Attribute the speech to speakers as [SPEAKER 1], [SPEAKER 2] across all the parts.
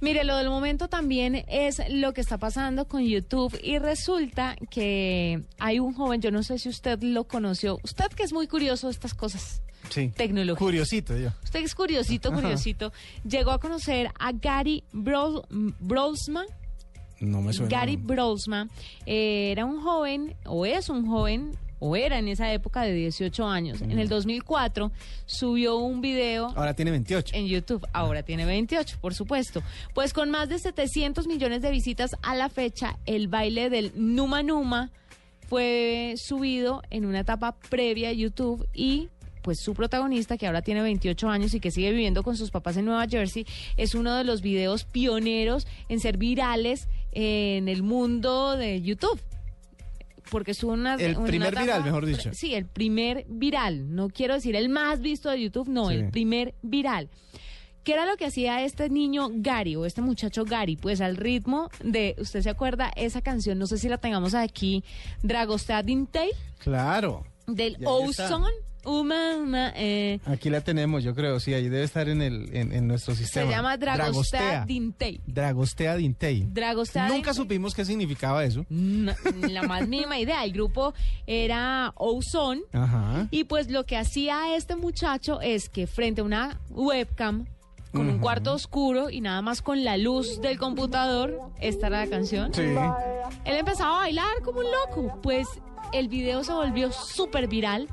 [SPEAKER 1] Mire, lo del momento también es lo que está pasando con YouTube y resulta que hay un joven, yo no sé si usted lo conoció, usted que es muy curioso de estas cosas.
[SPEAKER 2] Sí.
[SPEAKER 1] Tecnología.
[SPEAKER 2] Curiosito yo.
[SPEAKER 1] Usted es curiosito, curiosito. Llegó a conocer a Gary Brol- Brolsma.
[SPEAKER 2] No me suena.
[SPEAKER 1] Gary Brolsma eh, era un joven, o es un joven, o era en esa época de 18 años. En el 2004 subió un video
[SPEAKER 2] Ahora tiene 28.
[SPEAKER 1] en YouTube. Ahora tiene 28, por supuesto. Pues con más de 700 millones de visitas a la fecha, el baile del Numa Numa fue subido en una etapa previa a YouTube y pues su protagonista, que ahora tiene 28 años y que sigue viviendo con sus papás en Nueva Jersey, es uno de los videos pioneros en ser virales en el mundo de YouTube. Porque estuvo en una,
[SPEAKER 2] El
[SPEAKER 1] en una
[SPEAKER 2] primer
[SPEAKER 1] etapa-
[SPEAKER 2] viral, mejor dicho.
[SPEAKER 1] Sí, el primer viral. No quiero decir el más visto de YouTube, no,
[SPEAKER 2] Sí.
[SPEAKER 1] el primer viral. ¿Qué era lo que hacía este niño Gary o este muchacho Gary? Pues al ritmo de, ¿usted se acuerda esa canción? No sé si la tengamos aquí, Dragostadin Tail,
[SPEAKER 2] Claro.
[SPEAKER 1] del
[SPEAKER 2] Y ahí está.
[SPEAKER 1] Ozone. Uma, uma, eh,
[SPEAKER 2] Aquí la tenemos, yo creo. Sí, ahí debe estar en, el, en, en nuestro
[SPEAKER 1] se
[SPEAKER 2] sistema.
[SPEAKER 1] llama
[SPEAKER 2] Dragostea.
[SPEAKER 1] Dragostadin Tail.
[SPEAKER 2] Dragostea Dintei.
[SPEAKER 1] Dragostea
[SPEAKER 2] Nunca
[SPEAKER 1] Dintei.
[SPEAKER 2] supimos qué significaba eso.
[SPEAKER 1] No, la más mínima idea. El grupo era Ozone.
[SPEAKER 2] Ajá.
[SPEAKER 1] Y pues lo que hacía este muchacho es que frente a una webcam con un cuarto oscuro y nada más con la luz del computador, esta era la canción.
[SPEAKER 2] Sí.
[SPEAKER 1] Él empezaba a bailar como un loco. Pues el video se volvió súper viral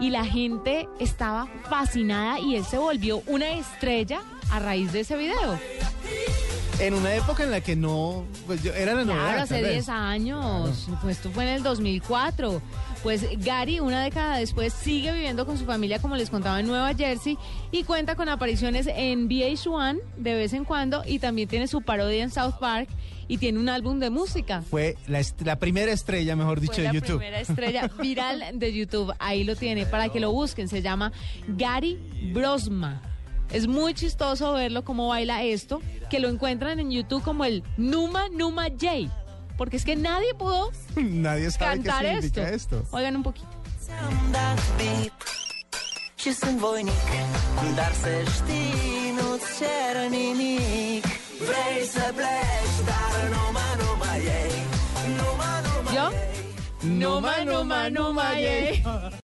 [SPEAKER 1] y la gente estaba fascinada y él se volvió una estrella a raíz de ese video.
[SPEAKER 2] En una época en la que no. Pues yo, era la novedad.
[SPEAKER 1] Claro, hace
[SPEAKER 2] tal vez.
[SPEAKER 1] 10 años. Pues esto fue en el 2004. Pues Gary, una década después, sigue viviendo con su familia, como les contaba, en Nueva Jersey y cuenta con apariciones en VH1 de vez en cuando y también tiene su parodia en South Park y tiene un álbum de música.
[SPEAKER 2] Fue la, est- la primera estrella, mejor dicho,
[SPEAKER 1] Fue
[SPEAKER 2] de
[SPEAKER 1] la
[SPEAKER 2] YouTube.
[SPEAKER 1] primera estrella viral de YouTube. Ahí lo tiene para que lo busquen. Se llama Gary Brosma. Es muy chistoso verlo cómo baila esto, que lo encuentran en YouTube como el Numa Numa J. Porque es que nadie pudo
[SPEAKER 2] Nadie sabe qué
[SPEAKER 1] cantar esto.
[SPEAKER 2] significa esto.
[SPEAKER 1] Oigan un poquito.
[SPEAKER 3] Dar bip și sunt voinic Dar să știi, nu-ți cer nimic Vrei să pleci, dar numai, numai ei Numai, numai
[SPEAKER 1] ¿Yo?
[SPEAKER 2] Numa, numa, numa, yeah.